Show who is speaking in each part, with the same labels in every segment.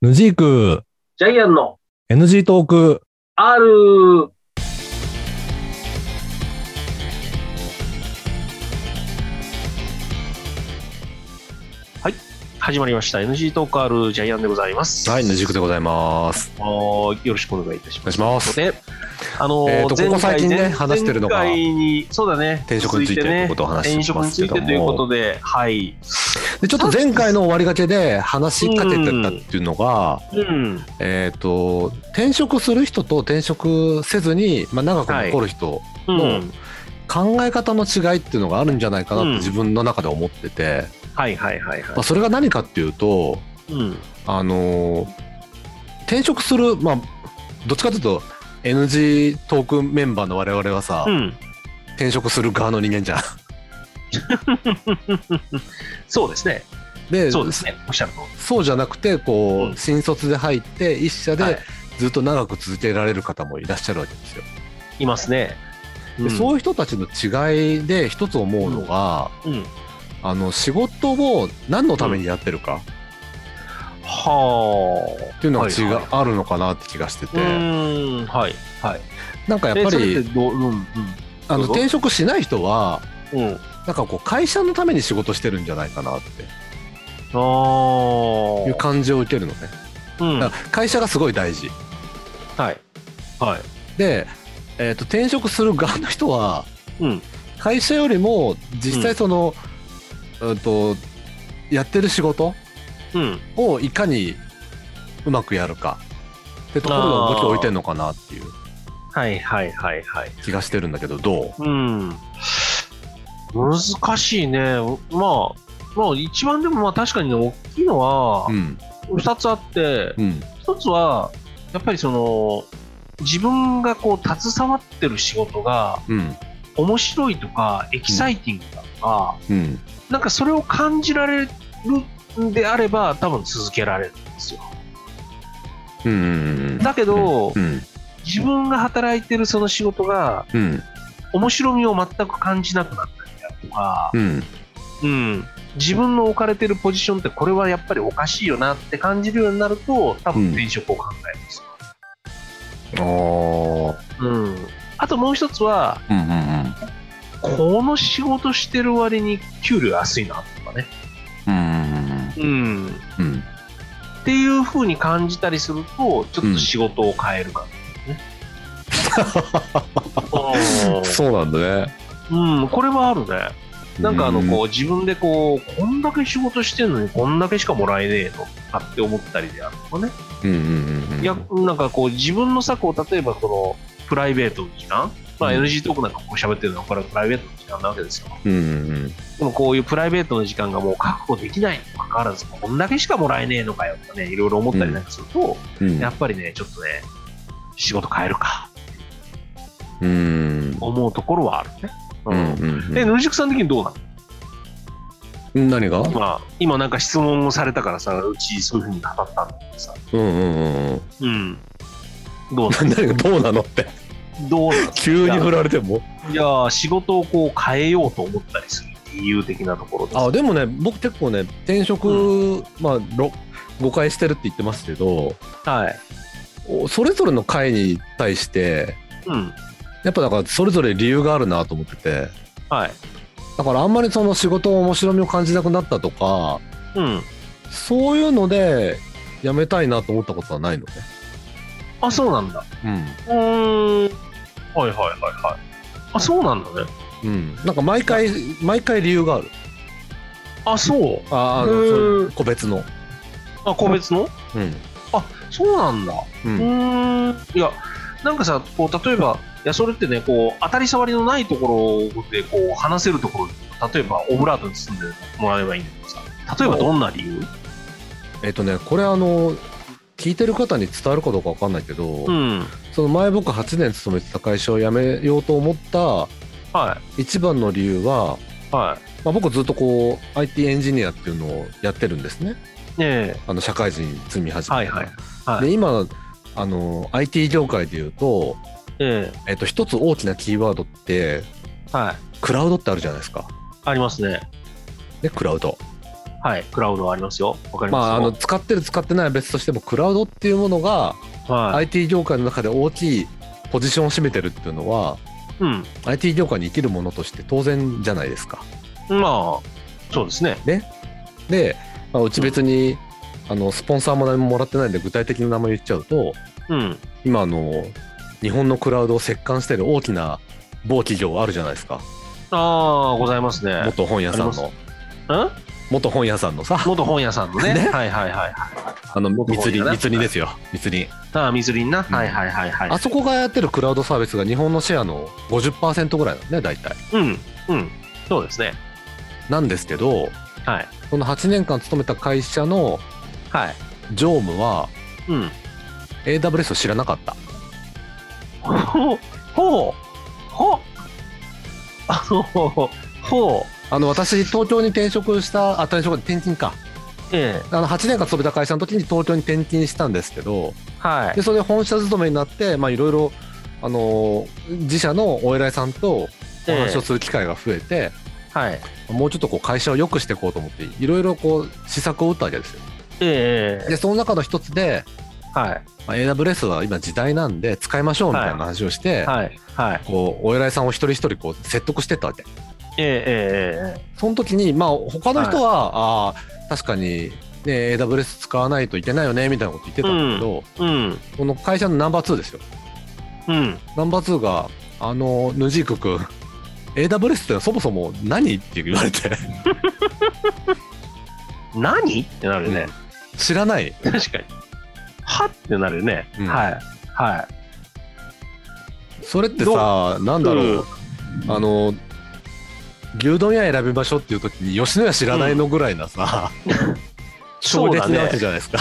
Speaker 1: ヌジーク、
Speaker 2: ジャイアンの
Speaker 1: NG トーク。
Speaker 2: R! 始まりました。NG トーク R ジャイアンでございます。
Speaker 1: はい、ヌジークでございます。
Speaker 2: あーよろしくお願いいたし
Speaker 1: お
Speaker 2: ま
Speaker 1: 願い
Speaker 2: す。
Speaker 1: しま
Speaker 2: というこ
Speaker 1: す。
Speaker 2: とで、あのー
Speaker 1: えーとここ最近ね話してるのが
Speaker 2: 前回に、そうだね。
Speaker 1: 転職についてということを話
Speaker 2: 転
Speaker 1: して
Speaker 2: 職
Speaker 1: ま
Speaker 2: に
Speaker 1: す
Speaker 2: つ
Speaker 1: け
Speaker 2: い
Speaker 1: ど
Speaker 2: てということ
Speaker 1: も。
Speaker 2: で、はい。
Speaker 1: で、ちょっと前回の終わりがけで話しかけてたっていうのが、
Speaker 2: うん。
Speaker 1: えっと、転職する人と転職せずに、まあ、長く残る人、
Speaker 2: うん。
Speaker 1: 考え方の違いっていうのがあるんじゃないかなって
Speaker 2: うん
Speaker 1: 自分の中で思ってて、
Speaker 2: はいはいはい
Speaker 1: ま
Speaker 2: は
Speaker 1: あ、それが何かっていうと、
Speaker 2: い。うん。
Speaker 1: あのー転職する、まあ、どっちかというと NG トークメンバーの我々はさ、
Speaker 2: うん。
Speaker 1: 転職する側の人間じゃん。
Speaker 2: そうですね。
Speaker 1: で
Speaker 2: そうですね。おっしゃると。
Speaker 1: そうじゃなくてこう、
Speaker 2: うん
Speaker 1: 新卒で入って一社
Speaker 2: は
Speaker 1: で
Speaker 2: い
Speaker 1: ずっと長く続けられる方もいらっしゃるわけですよ。
Speaker 2: いますね。
Speaker 1: でそう
Speaker 2: い
Speaker 1: いう人たちの違いで一つ思うのが、
Speaker 2: うん。うん
Speaker 1: あの仕事を何のためにやってるか
Speaker 2: は
Speaker 1: っていうのが違、
Speaker 2: はいはい
Speaker 1: あるのかなって気がして
Speaker 2: あ。う
Speaker 1: て、
Speaker 2: ーん。はい。はい。
Speaker 1: なんかやっ
Speaker 2: え
Speaker 1: ぱ
Speaker 2: それ
Speaker 1: り、
Speaker 2: ってどう、うん。
Speaker 1: あの
Speaker 2: どうぞ
Speaker 1: 転職しない人は
Speaker 2: うん。うん。
Speaker 1: なんかこう会社のために仕事してるんじゃないかなって
Speaker 2: あ
Speaker 1: いう感じを受けるのね。
Speaker 2: あ。うん。
Speaker 1: だ
Speaker 2: は
Speaker 1: から会社がすごい大事。
Speaker 2: い。はい。
Speaker 1: で、えー、と転職する側の人は、
Speaker 2: うん
Speaker 1: 会社よりも実際その、うん、とやってる仕事
Speaker 2: うん。
Speaker 1: をいかにうまくやるかってところが重きを置いてるのかなっていう
Speaker 2: はいはいはいはい。
Speaker 1: 気がしてるんだけどどう
Speaker 2: うん。難しいね。まあ、まあ、一番でもまあ確かにね大きいのは
Speaker 1: う、ん
Speaker 2: 二つあって、
Speaker 1: うん
Speaker 2: 一つは、やっぱりその、自分がこう、携わってる仕事が、
Speaker 1: うん
Speaker 2: 面白いとか、エキサイティングだとか、
Speaker 1: うん
Speaker 2: なんかそれを感じられるんであれば、多分続けられるんですよ。
Speaker 1: うんうん
Speaker 2: だけど、
Speaker 1: うん
Speaker 2: 自分が働いてるその仕事が、
Speaker 1: うん
Speaker 2: 面白みを全く感じなくなったりだとか、
Speaker 1: うん
Speaker 2: うん、自分の置かれてるポジションってこれはやっぱりおかしいよなって感じるようになると多
Speaker 1: うん
Speaker 2: 分転職を考えます、
Speaker 1: あー
Speaker 2: うんあともう一つは
Speaker 1: うんうんうん
Speaker 2: この仕事してる割に給料安いなとかね、
Speaker 1: うん
Speaker 2: う
Speaker 1: う
Speaker 2: ん、
Speaker 1: ん うん
Speaker 2: っていう風に感じたりするとちょっと仕事を変えるかな、
Speaker 1: うんそうなんだね
Speaker 2: うん、うん、これはあるねなんかあのこ
Speaker 1: う
Speaker 2: う自分でこうこんだけ仕事してるのにこんだけしかもらえねえとかって思ったりであるとかね
Speaker 1: うんうんうんうん
Speaker 2: いや、なんかこう、自分の策を、例えばこの、プライベートの時間、まあ、
Speaker 1: うん
Speaker 2: NG トークなんかこう喋ってるのは、これはプライベートの時間なわけですよ。
Speaker 1: うんうんうん
Speaker 2: でもこういうプライベートの時間がもう確保できないにもかかわらず、こんだけしかもらえねえのかよとかね、いろいろ思ったりなんかすると、
Speaker 1: うん
Speaker 2: やっぱりね、ちょっとね、仕事変えるか、
Speaker 1: うん
Speaker 2: 思うところはあるね。
Speaker 1: う
Speaker 2: うんん。
Speaker 1: うん
Speaker 2: え、野宿さん的にどうなの
Speaker 1: うん、何が
Speaker 2: 今、今なんか質問をされたからさ、うちそういうふうに語ったんだけどさ。
Speaker 1: うんうんうんうん。
Speaker 2: うん。どうな
Speaker 1: 何がどうなのって、
Speaker 2: のどうなの
Speaker 1: 急に振られても。
Speaker 2: じゃあ仕事をこう変えようと思ったりする理由的なところです
Speaker 1: あ、でもね、僕結構ね、転職、まあ、ろ誤解してるって言ってますけど、
Speaker 2: はい、
Speaker 1: おそれぞれの会に対して、
Speaker 2: うん
Speaker 1: やっぱだからそれぞれ理由があるなと思ってて、
Speaker 2: はい
Speaker 1: だからあんまりその仕事を面白みを感じなくなったとか、
Speaker 2: うん、
Speaker 1: そういうので辞めたいなと思ったことはないのね。
Speaker 2: あそうなんだうーんはいはいはいはいあそうなんだね
Speaker 1: うん。うん。なんか毎回、毎回理由がある。
Speaker 2: あそう
Speaker 1: ああの
Speaker 2: へー
Speaker 1: そういう個別の。
Speaker 2: あ個別の
Speaker 1: うん。
Speaker 2: そうなんだ
Speaker 1: う。
Speaker 2: うんーんいやなんかさこう例えばいやそれってねこう当たり障りのないところでこう話せるところ例えばオブラートに包んでもらえばいいんだけどさ例えばどんな理由
Speaker 1: えっとね、これあの、聞いてる方に伝わるかどうかわかんないけど、
Speaker 2: うん
Speaker 1: その前僕8年勤めてた会社を辞めようと思った
Speaker 2: は
Speaker 1: 一番の理由は、
Speaker 2: いは
Speaker 1: まあ、僕ずっとこう IT エンジニアっていうのをやってるんですね
Speaker 2: いね
Speaker 1: あの社会人積み始
Speaker 2: えは
Speaker 1: め
Speaker 2: い
Speaker 1: て、
Speaker 2: はいはい
Speaker 1: で今あの IT 業界でいうと、
Speaker 2: ええ
Speaker 1: えっと、一つ大きなキーワードって
Speaker 2: はい
Speaker 1: クラウドってあるじゃないですか
Speaker 2: ありますね
Speaker 1: ねクラウド
Speaker 2: はい、クラウドはありますよ。わかり
Speaker 1: まあ、あ
Speaker 2: ま
Speaker 1: の
Speaker 2: すよ。
Speaker 1: 使ってる使ってないは別としてもクラウドっていうものが
Speaker 2: はい。
Speaker 1: IT 業界の中で大きいポジションを占めてるっていうのは
Speaker 2: うん。
Speaker 1: IT 業界に生きるものとして当然じゃないですか。
Speaker 2: まあ、そうですね。
Speaker 1: で、まあ、うち別に、あのスポンサーも何ももらってないんで具体的な名前言っちゃうと
Speaker 2: うん。
Speaker 1: 今あの日本のクラウドを折半してる大きな某企業あるじゃないですか
Speaker 2: ああ、ございますね。
Speaker 1: 元本屋さん
Speaker 2: あ
Speaker 1: の
Speaker 2: うん
Speaker 1: 元本屋さんのさ
Speaker 2: 元本屋さんの ね。
Speaker 1: ね
Speaker 2: はいはいはい。
Speaker 1: あの
Speaker 2: 元
Speaker 1: 三つ
Speaker 2: 本
Speaker 1: り
Speaker 2: 屋ね
Speaker 1: 三つりですよ三つり
Speaker 2: ああ、水林な。
Speaker 1: ん
Speaker 2: はいはいはいはい。
Speaker 1: あそこがやってるクラウドサービスが日本のシェアの50%ぐらいなんだね大体
Speaker 2: うん。うん。そうですね。
Speaker 1: なんですけど
Speaker 2: はい。
Speaker 1: その8年間勤めた会社の
Speaker 2: はい。
Speaker 1: 常務は
Speaker 2: うん。
Speaker 1: AWS を知らなかった
Speaker 2: ほう。ほう。ほう。あの、ほう。
Speaker 1: あの私東京に転職したあ転職転勤か
Speaker 2: ええ。
Speaker 1: あの8年間勤めた会社の時に東京に転勤したんですけど
Speaker 2: は
Speaker 1: で
Speaker 2: い。
Speaker 1: それで本社勤めになってまあいろいろあのー自社のお偉いさんとお話をする機会が増えて、
Speaker 2: はい。
Speaker 1: もうちょっとこう会社を良くしていこうと思っていろいろこう施策を打ったわけですよ
Speaker 2: ええ。
Speaker 1: でその中の一つで、
Speaker 2: はい。
Speaker 1: まあ、AWS は今時代なんで使いましょうみたいな話をして、
Speaker 2: はい。はい。
Speaker 1: こうお偉いさんを一人一人こう説得してったわけ
Speaker 2: ええ。ええ
Speaker 1: その時にまあ他の人は、ああ確かに、ね、AWS 使わないといけないよねみたいなこと言ってたんだけど、
Speaker 2: ええ。うん。
Speaker 1: この会社のナンバー2ですよ
Speaker 2: うん。
Speaker 1: ナンバー2が、あの、ヌジーク 君、AWS ってのはそもそも何って言われて、
Speaker 2: 何ってなるよね。
Speaker 1: 知らない。
Speaker 2: 確かに。はってなるよね。
Speaker 1: うん
Speaker 2: はい。は。
Speaker 1: それってさ、ないんだろ
Speaker 2: うん
Speaker 1: う、あの、牛丼屋選びましょうっていう時に、吉野家知らないのぐらいなさ、
Speaker 2: そ
Speaker 1: 衝
Speaker 2: うだ
Speaker 1: 撃なわ
Speaker 2: ね
Speaker 1: け。じゃないですか。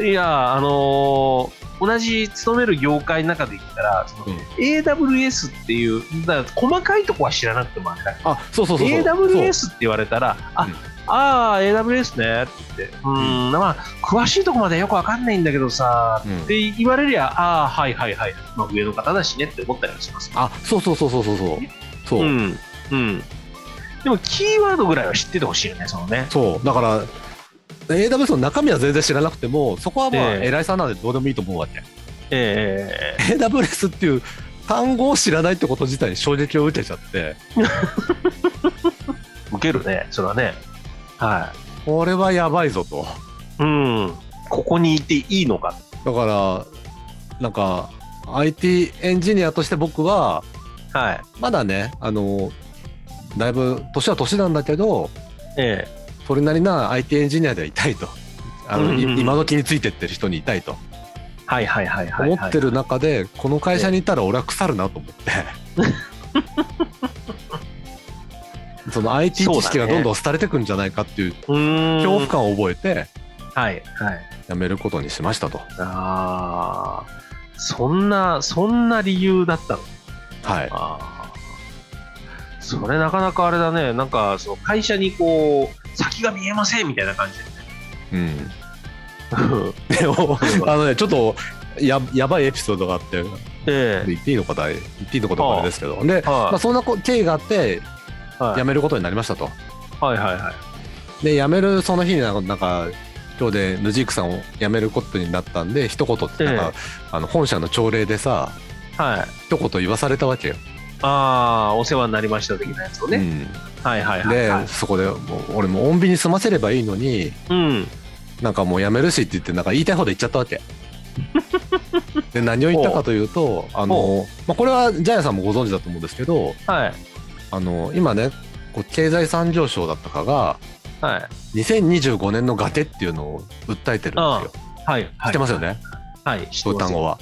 Speaker 2: いや、あのー同じ勤める業界の中で言ったら、その
Speaker 1: うん
Speaker 2: AWS っていう、だから細かいとこは知らなくてもあれだけど
Speaker 1: あ、そうそうそうそう。そう
Speaker 2: AWS って言われたら、あ、
Speaker 1: うん
Speaker 2: ああ、AWS ねって言って、うーん、まあ、詳しいとこまでよくわかんないんだけどさ、
Speaker 1: うん
Speaker 2: って言われりゃ、ああ、はいはいはい、まあ、上の方だしねって思ったりはします。
Speaker 1: あ、そうそうそうそうそうそう。そう。
Speaker 2: うん、うん。でも、キーワードぐらいは知っててほしいよね、そのね。
Speaker 1: そう。だから、AWS の中身は全然知らなくても、そこはまあ、
Speaker 2: ええ
Speaker 1: 偉いさんなんでどうでもいいと思うわけ。
Speaker 2: え
Speaker 1: AWS っていう単語を知らないってこと自体に衝撃を受けちゃって、
Speaker 2: え受けるね、それはね。はい。
Speaker 1: これはやばいぞと。
Speaker 2: うん、ここにいていいのか。
Speaker 1: だから、なんか、IT エンジニアとして僕は、
Speaker 2: はい。
Speaker 1: まだね、あの、だいぶ、年は年なんだけど、
Speaker 2: え
Speaker 1: それなりな IT エンジニアではいたいと。あの、
Speaker 2: うんうんうん
Speaker 1: い今時についてってる人にいたいと
Speaker 2: えはいはいはいはい、
Speaker 1: 思
Speaker 2: はい。
Speaker 1: ってる中で、この会社にいたら俺は腐るなと思 って。その IT 知識がどんどん廃れてくんじゃないかっていう
Speaker 2: うーん。
Speaker 1: 恐怖感を覚えて
Speaker 2: はいはい。
Speaker 1: 辞めることにしましたと。
Speaker 2: ああ、そんな、そんな理由だったの
Speaker 1: はい。
Speaker 2: あーそれなかなかあれだね。なんか、その会社にこう、先が見えませんみたい な感じ
Speaker 1: うん。
Speaker 2: で。
Speaker 1: でもあのね、ちょっとややばいエピソードがあって、
Speaker 2: ええ
Speaker 1: 言っていいのかだい、言っていいのかどうかあれですけど、で、まあ、
Speaker 2: は
Speaker 1: そんなこ経緯があって、
Speaker 2: いはい
Speaker 1: 辞めることになりましたと。
Speaker 2: はいはいはい。
Speaker 1: で、辞めるその日になんか、なんか今日でヌジークさんを辞めることになったんで、一言って、なんか、あの本社の朝礼でさ、
Speaker 2: はい。
Speaker 1: 一言言わされたわけよ。
Speaker 2: ああ、お世話になりました的なやつをね。はいはい
Speaker 1: うん
Speaker 2: はい、
Speaker 1: で、
Speaker 2: はい。
Speaker 1: そこでもう、俺もう穏便に済ませればいいのに、
Speaker 2: うん。
Speaker 1: なんかもうやめるしって言って、なんか言いたいほど言っちゃったわ け。で、何を言ったかというと、あ
Speaker 2: ほ
Speaker 1: の、まあ、これはジャイアンさんもご存知だと思うんですけど、
Speaker 2: はい。
Speaker 1: あの、今ね、こう経済産業省だったかが、
Speaker 2: はい。
Speaker 1: 2025年の崖っていうのを訴えてるんですよ。
Speaker 2: はい。
Speaker 1: 知ってますよね、
Speaker 2: はい。知っ
Speaker 1: そう
Speaker 2: て
Speaker 1: いう
Speaker 2: ます
Speaker 1: 単語は。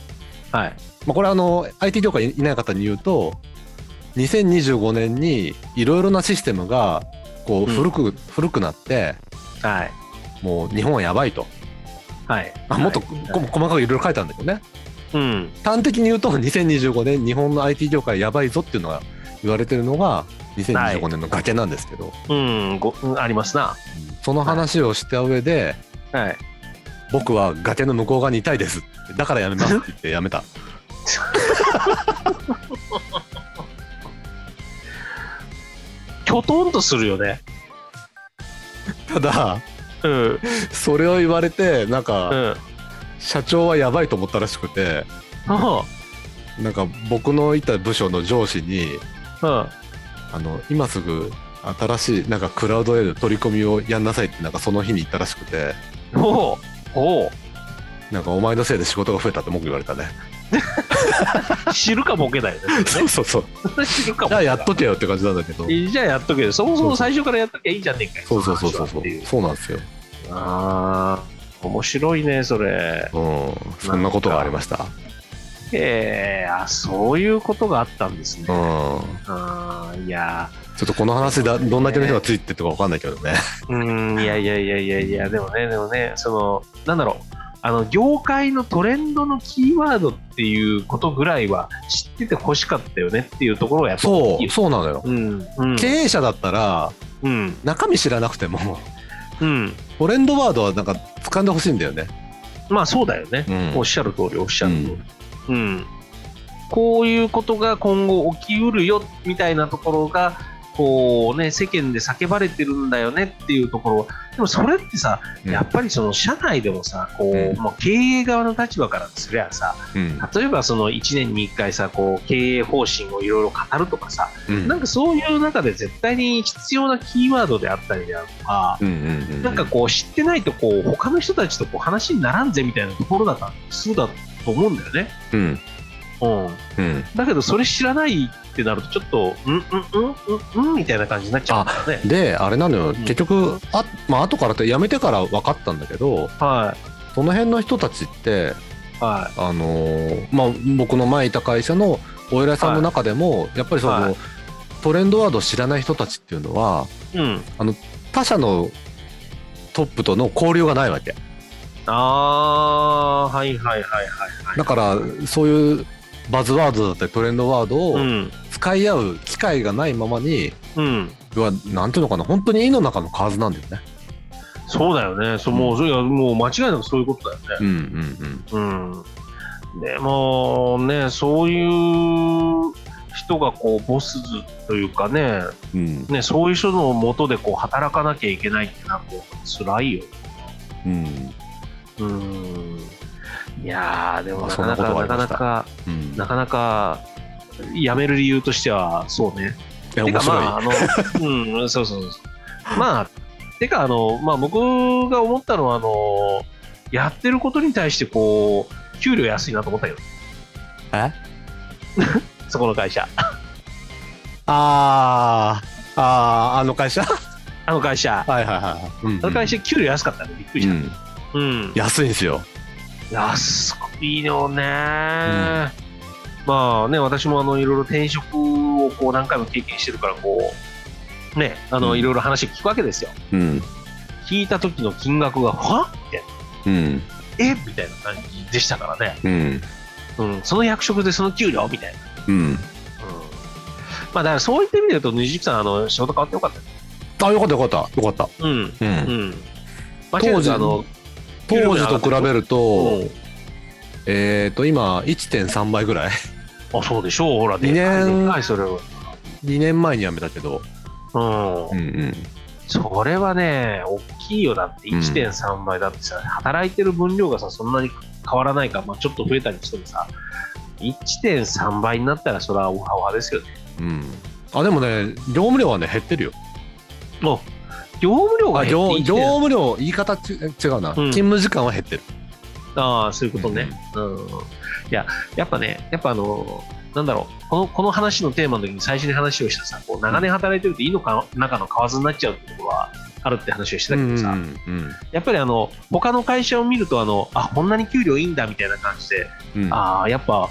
Speaker 2: はい。
Speaker 1: まあ、これはあの、IT 業界いない方に言うと、2025年にいろいろなシステムが、こう、
Speaker 2: うん
Speaker 1: 古く、古くなって、
Speaker 2: はい。
Speaker 1: もう日本はやばいと。
Speaker 2: はい。
Speaker 1: あもっと
Speaker 2: はい
Speaker 1: こ、細かくいろいろ書いたんだけどね。
Speaker 2: うん。
Speaker 1: 端的に言うと2025年 日本の IT 業界やばいぞっていうのが言われてるのが2025年の崖なんですけど、
Speaker 2: うん。ご、うんありますな。
Speaker 1: その話をした上で、
Speaker 2: はい。
Speaker 1: 僕は崖の向こう側にいたいですだからやめますって言ってやめた
Speaker 2: きょとんとするよね。
Speaker 1: ただ、
Speaker 2: うん。
Speaker 1: それを言われて、なん
Speaker 2: う
Speaker 1: か、
Speaker 2: ん。
Speaker 1: 社長はやばいと思ったらしくて、
Speaker 2: は
Speaker 1: なんか僕のいた部署の上司に、
Speaker 2: は。
Speaker 1: あの、今すぐ新しい、なんかクラウドへの取り込みをやんなさいって、なんかその日に言ったらしくて、
Speaker 2: うん。おうおう
Speaker 1: なんかお前のせいで仕事が増えたって文句言われたね。
Speaker 2: 知るかボケだよね。
Speaker 1: そうそうそう。
Speaker 2: 知るかボケだ
Speaker 1: じゃあやっとけよって感じなんだけど。
Speaker 2: じゃあやっとけよ。そもそも最初からやっときゃいいじゃねえかよ。
Speaker 1: そうそうそうそうそ
Speaker 2: っ
Speaker 1: う
Speaker 2: てい。
Speaker 1: そうなんですよ。
Speaker 2: ああ、面白いね、それ。
Speaker 1: うん。そんなことがありました。
Speaker 2: ええあ、そういうことがあったんですね。
Speaker 1: うん。
Speaker 2: ああ、いや
Speaker 1: ちょっとこの話だ、
Speaker 2: そうですね
Speaker 1: どんだけの人がついてってかわかんないけどね。
Speaker 2: ー、うん、いやいやいやいやいや、でもね、でもね、その、なんだろう。あの業界のトレンドのキーワードっていうことぐらいは知っててほしかったよねっていうところをやっぱ大
Speaker 1: そ、
Speaker 2: きいう
Speaker 1: そうなのよ。
Speaker 2: うんうん
Speaker 1: 経営者だったら、
Speaker 2: うん
Speaker 1: 中身知らなくても、
Speaker 2: うん
Speaker 1: トレンドワードはなんか掴んでほしいんだよね。
Speaker 2: まあそうだよね、
Speaker 1: うん
Speaker 2: おっしゃる通りおっしゃる通り、うんこういうことが今後起きうるよみたいなところがこうね世間で叫ばれてるんだよねっていうところはでもそれってさ、
Speaker 1: うん
Speaker 2: やっぱりその社内でもさこう、
Speaker 1: うん
Speaker 2: もう経営側の立場からすりゃさ
Speaker 1: うん。
Speaker 2: 例えばその1年に1回さこう経営方針をいろいろ語るとかさ、
Speaker 1: うん
Speaker 2: なんかそういう中で絶対に必要なキーワードであったりであるとか、
Speaker 1: うんうんうん。
Speaker 2: なんかこう知ってないとこう他の人たちとこう話にならんぜみたいなところだったそうだと思うんだよね。
Speaker 1: うん。
Speaker 2: うん、
Speaker 1: うん。
Speaker 2: だけどそれ知らないってなるとちょっとうんうんうんうんうんみたいな感じになっちゃうんだよね。
Speaker 1: で、あれなのよ。
Speaker 2: うん
Speaker 1: 結局、あ、まあ、後からって、辞めてから分かったんだけど、
Speaker 2: は
Speaker 1: その辺の人たちって、
Speaker 2: いは
Speaker 1: あのーまあ、僕の前いた会社のお偉いさんの中でも、やっぱりその、
Speaker 2: はい。
Speaker 1: トレンドワードを知らない人たちっていうのはい
Speaker 2: うん。
Speaker 1: 他社のトップとの交流がないわけ
Speaker 2: ああーはいはいはいはいはい。
Speaker 1: だからそういうバズワードだったりトレンドワード
Speaker 2: う
Speaker 1: を
Speaker 2: ん
Speaker 1: 使い合う機会がないままに、
Speaker 2: うん。
Speaker 1: 要はなんていうのかな本当に井の中の数なんだよね。
Speaker 2: そうだよね。そうもうそれはもう間違いなくそういうことだよね。
Speaker 1: うんうん
Speaker 2: うん、でもね、そういう人がこうボスというかね、
Speaker 1: うんうん
Speaker 2: ね、そういう人のもとでこう働かなきゃいけないってなんか辛いよ。
Speaker 1: うん
Speaker 2: うん。いやー、でも
Speaker 1: まあそん
Speaker 2: なかなか、
Speaker 1: なことはあ
Speaker 2: な
Speaker 1: り
Speaker 2: か
Speaker 1: ま
Speaker 2: な
Speaker 1: した
Speaker 2: か、
Speaker 1: うん。
Speaker 2: なかなか、辞める理由としては、そうね。
Speaker 1: いや
Speaker 2: て
Speaker 1: 面
Speaker 2: か、ま
Speaker 1: 白い。
Speaker 2: あ、あの、うん、そうそうそう。まあ、てか、あの、まあ、僕が思ったのは、あの、やってることに対して、こう、給料安いなと思ったよ。
Speaker 1: え
Speaker 2: そこの会社。
Speaker 1: あーあーあの会社は
Speaker 2: あの会社。
Speaker 1: いはいはい。うんうん
Speaker 2: あの会社、給料安かったね。びっくりし
Speaker 1: うん
Speaker 2: た。うん。
Speaker 1: 安いんですよ。
Speaker 2: 安いよね、まあね私もあのいろいろ転職をこう何回も経験してるからこうねあの、
Speaker 1: うん
Speaker 2: いろいろ話聞くわけですよ
Speaker 1: うん
Speaker 2: 聞いた時の金額がはって
Speaker 1: うん
Speaker 2: えみたいな感じでしたからね、
Speaker 1: うん
Speaker 2: うん、その役職でその給料みたいな、うん、
Speaker 1: うん。
Speaker 2: まあだからそういった意味で言うと西木さんあの仕事変わってよかったね
Speaker 1: あよかったよかったよかっ
Speaker 2: うん
Speaker 1: た。うん
Speaker 2: うん
Speaker 1: 当時
Speaker 2: 間違いなくあの
Speaker 1: 当時と比べると、
Speaker 2: うん
Speaker 1: えっ、と、今、1.3倍ぐらい。
Speaker 2: あそうでしょうほらでかい
Speaker 1: 二年
Speaker 2: でかいそれは
Speaker 1: 2年前に辞めたけど。
Speaker 2: うん
Speaker 1: うんうん。
Speaker 2: それはね、大きいよ、だって
Speaker 1: うん
Speaker 2: 1.3倍だってさ、働いてる分量がさ、そんなに変わらないか、まあ、ちょっと増えたりしてもさ、1.3倍になったら、それはウハウハですよね。
Speaker 1: うん。あ、でもね、業務量はね、減ってるよ。
Speaker 2: もう、業務量が
Speaker 1: あ、
Speaker 2: 減
Speaker 1: 業
Speaker 2: って
Speaker 1: 業
Speaker 2: 1.3
Speaker 1: 務量、言い方ち違うな、勤務時間は減ってる。
Speaker 2: ああ、そういうことね。うん。いや、やっぱね、やっぱあの、なんだろうこの、この話のテーマの時に最初に話をしたさ、こう長年働いてると、いいのか、中の蛙になっちゃうってことは、あるって話をしてた
Speaker 1: う
Speaker 2: け
Speaker 1: ん
Speaker 2: どさ、
Speaker 1: うん
Speaker 2: やっぱりあの他の会社を見るとあのあこんなに給料いいんだみたいな感じで
Speaker 1: うん。あ
Speaker 2: ああ、やっぱ、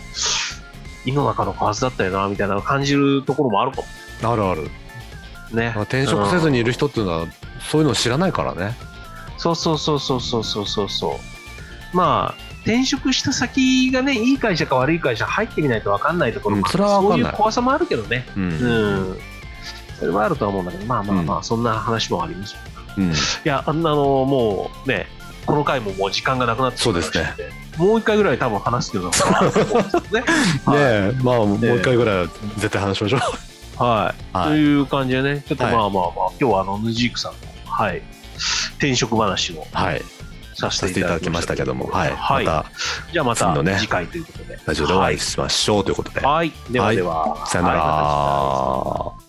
Speaker 2: 井の中の蛙だったよな、みたいなのを感じるところもあるか
Speaker 1: あるある。
Speaker 2: もね
Speaker 1: まあ。転職せずにいる人っていうのは、そういうの知らないからね。
Speaker 2: そうそうそうそうそうそうそうそう。まあ、転職した先がね、いい会社か悪い会社入ってみないと分かんないところも、
Speaker 1: うんそれは分かんない
Speaker 2: そういう怖さもあるけどね。
Speaker 1: うん。
Speaker 2: う。ん。それはあるとは思うんだけど、まあまあま
Speaker 1: う
Speaker 2: あ、そんな話もあります。
Speaker 1: うん、
Speaker 2: いや、あんなの、もうね、この回ももう時間がなくなってきた
Speaker 1: そうですね
Speaker 2: 話なんで。もう一回ぐらい多分話すようなこと があると思うんですよね。
Speaker 1: ね
Speaker 2: はい
Speaker 1: え、まあ、もう一回ぐらいは絶対話しましょう。
Speaker 2: はい。と
Speaker 1: はい。
Speaker 2: いう感じでね、ちょっとま
Speaker 1: は
Speaker 2: あまあまあ、今日はあの、ヌジークさんの、はい、転職話を
Speaker 1: はい、
Speaker 2: させ
Speaker 1: させ
Speaker 2: て
Speaker 1: て
Speaker 2: い
Speaker 1: いた
Speaker 2: ただ
Speaker 1: だ
Speaker 2: き
Speaker 1: き
Speaker 2: ま
Speaker 1: ま
Speaker 2: し
Speaker 1: したた
Speaker 2: け
Speaker 1: け
Speaker 2: ど
Speaker 1: ど
Speaker 2: も
Speaker 1: も、はい、
Speaker 2: はい
Speaker 1: ま
Speaker 2: じゃあま
Speaker 1: 次
Speaker 2: た
Speaker 1: のね
Speaker 2: 次回ということで。
Speaker 1: たラジオでお会いしましょうということで、
Speaker 2: はい。はいではでは。
Speaker 1: さよなら。
Speaker 2: はいまた次回です